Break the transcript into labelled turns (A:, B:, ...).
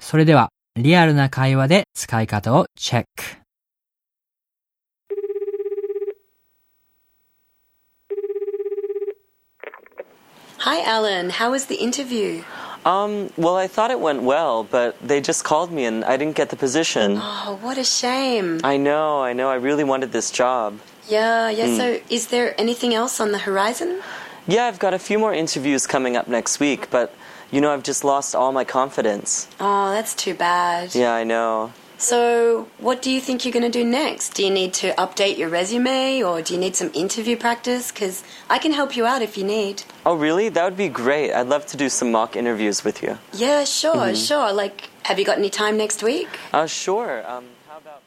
A: それでは、リアルな会話で使い方をチェック。
B: Hi, Alan. How was the interview?
C: Um, well, I thought it went well, but they just called me and I didn't get the position.
B: Oh, what a shame.
C: I know, I know, I really wanted this job.
B: Yeah, yeah. So, is there anything else on the horizon?
C: Yeah, I've got a few more interviews coming up next week, but you know, I've just lost all my confidence.
B: Oh, that's too bad.
C: Yeah, I know.
B: So, what do you think you're going to do next? Do you need to update your resume or do you need some interview practice? Because I can help you out if you need.
C: Oh, really? That would be great. I'd love to do some mock interviews with you.
B: Yeah, sure, sure. Like, have you got any time next week?
C: Uh, sure. Um, how about.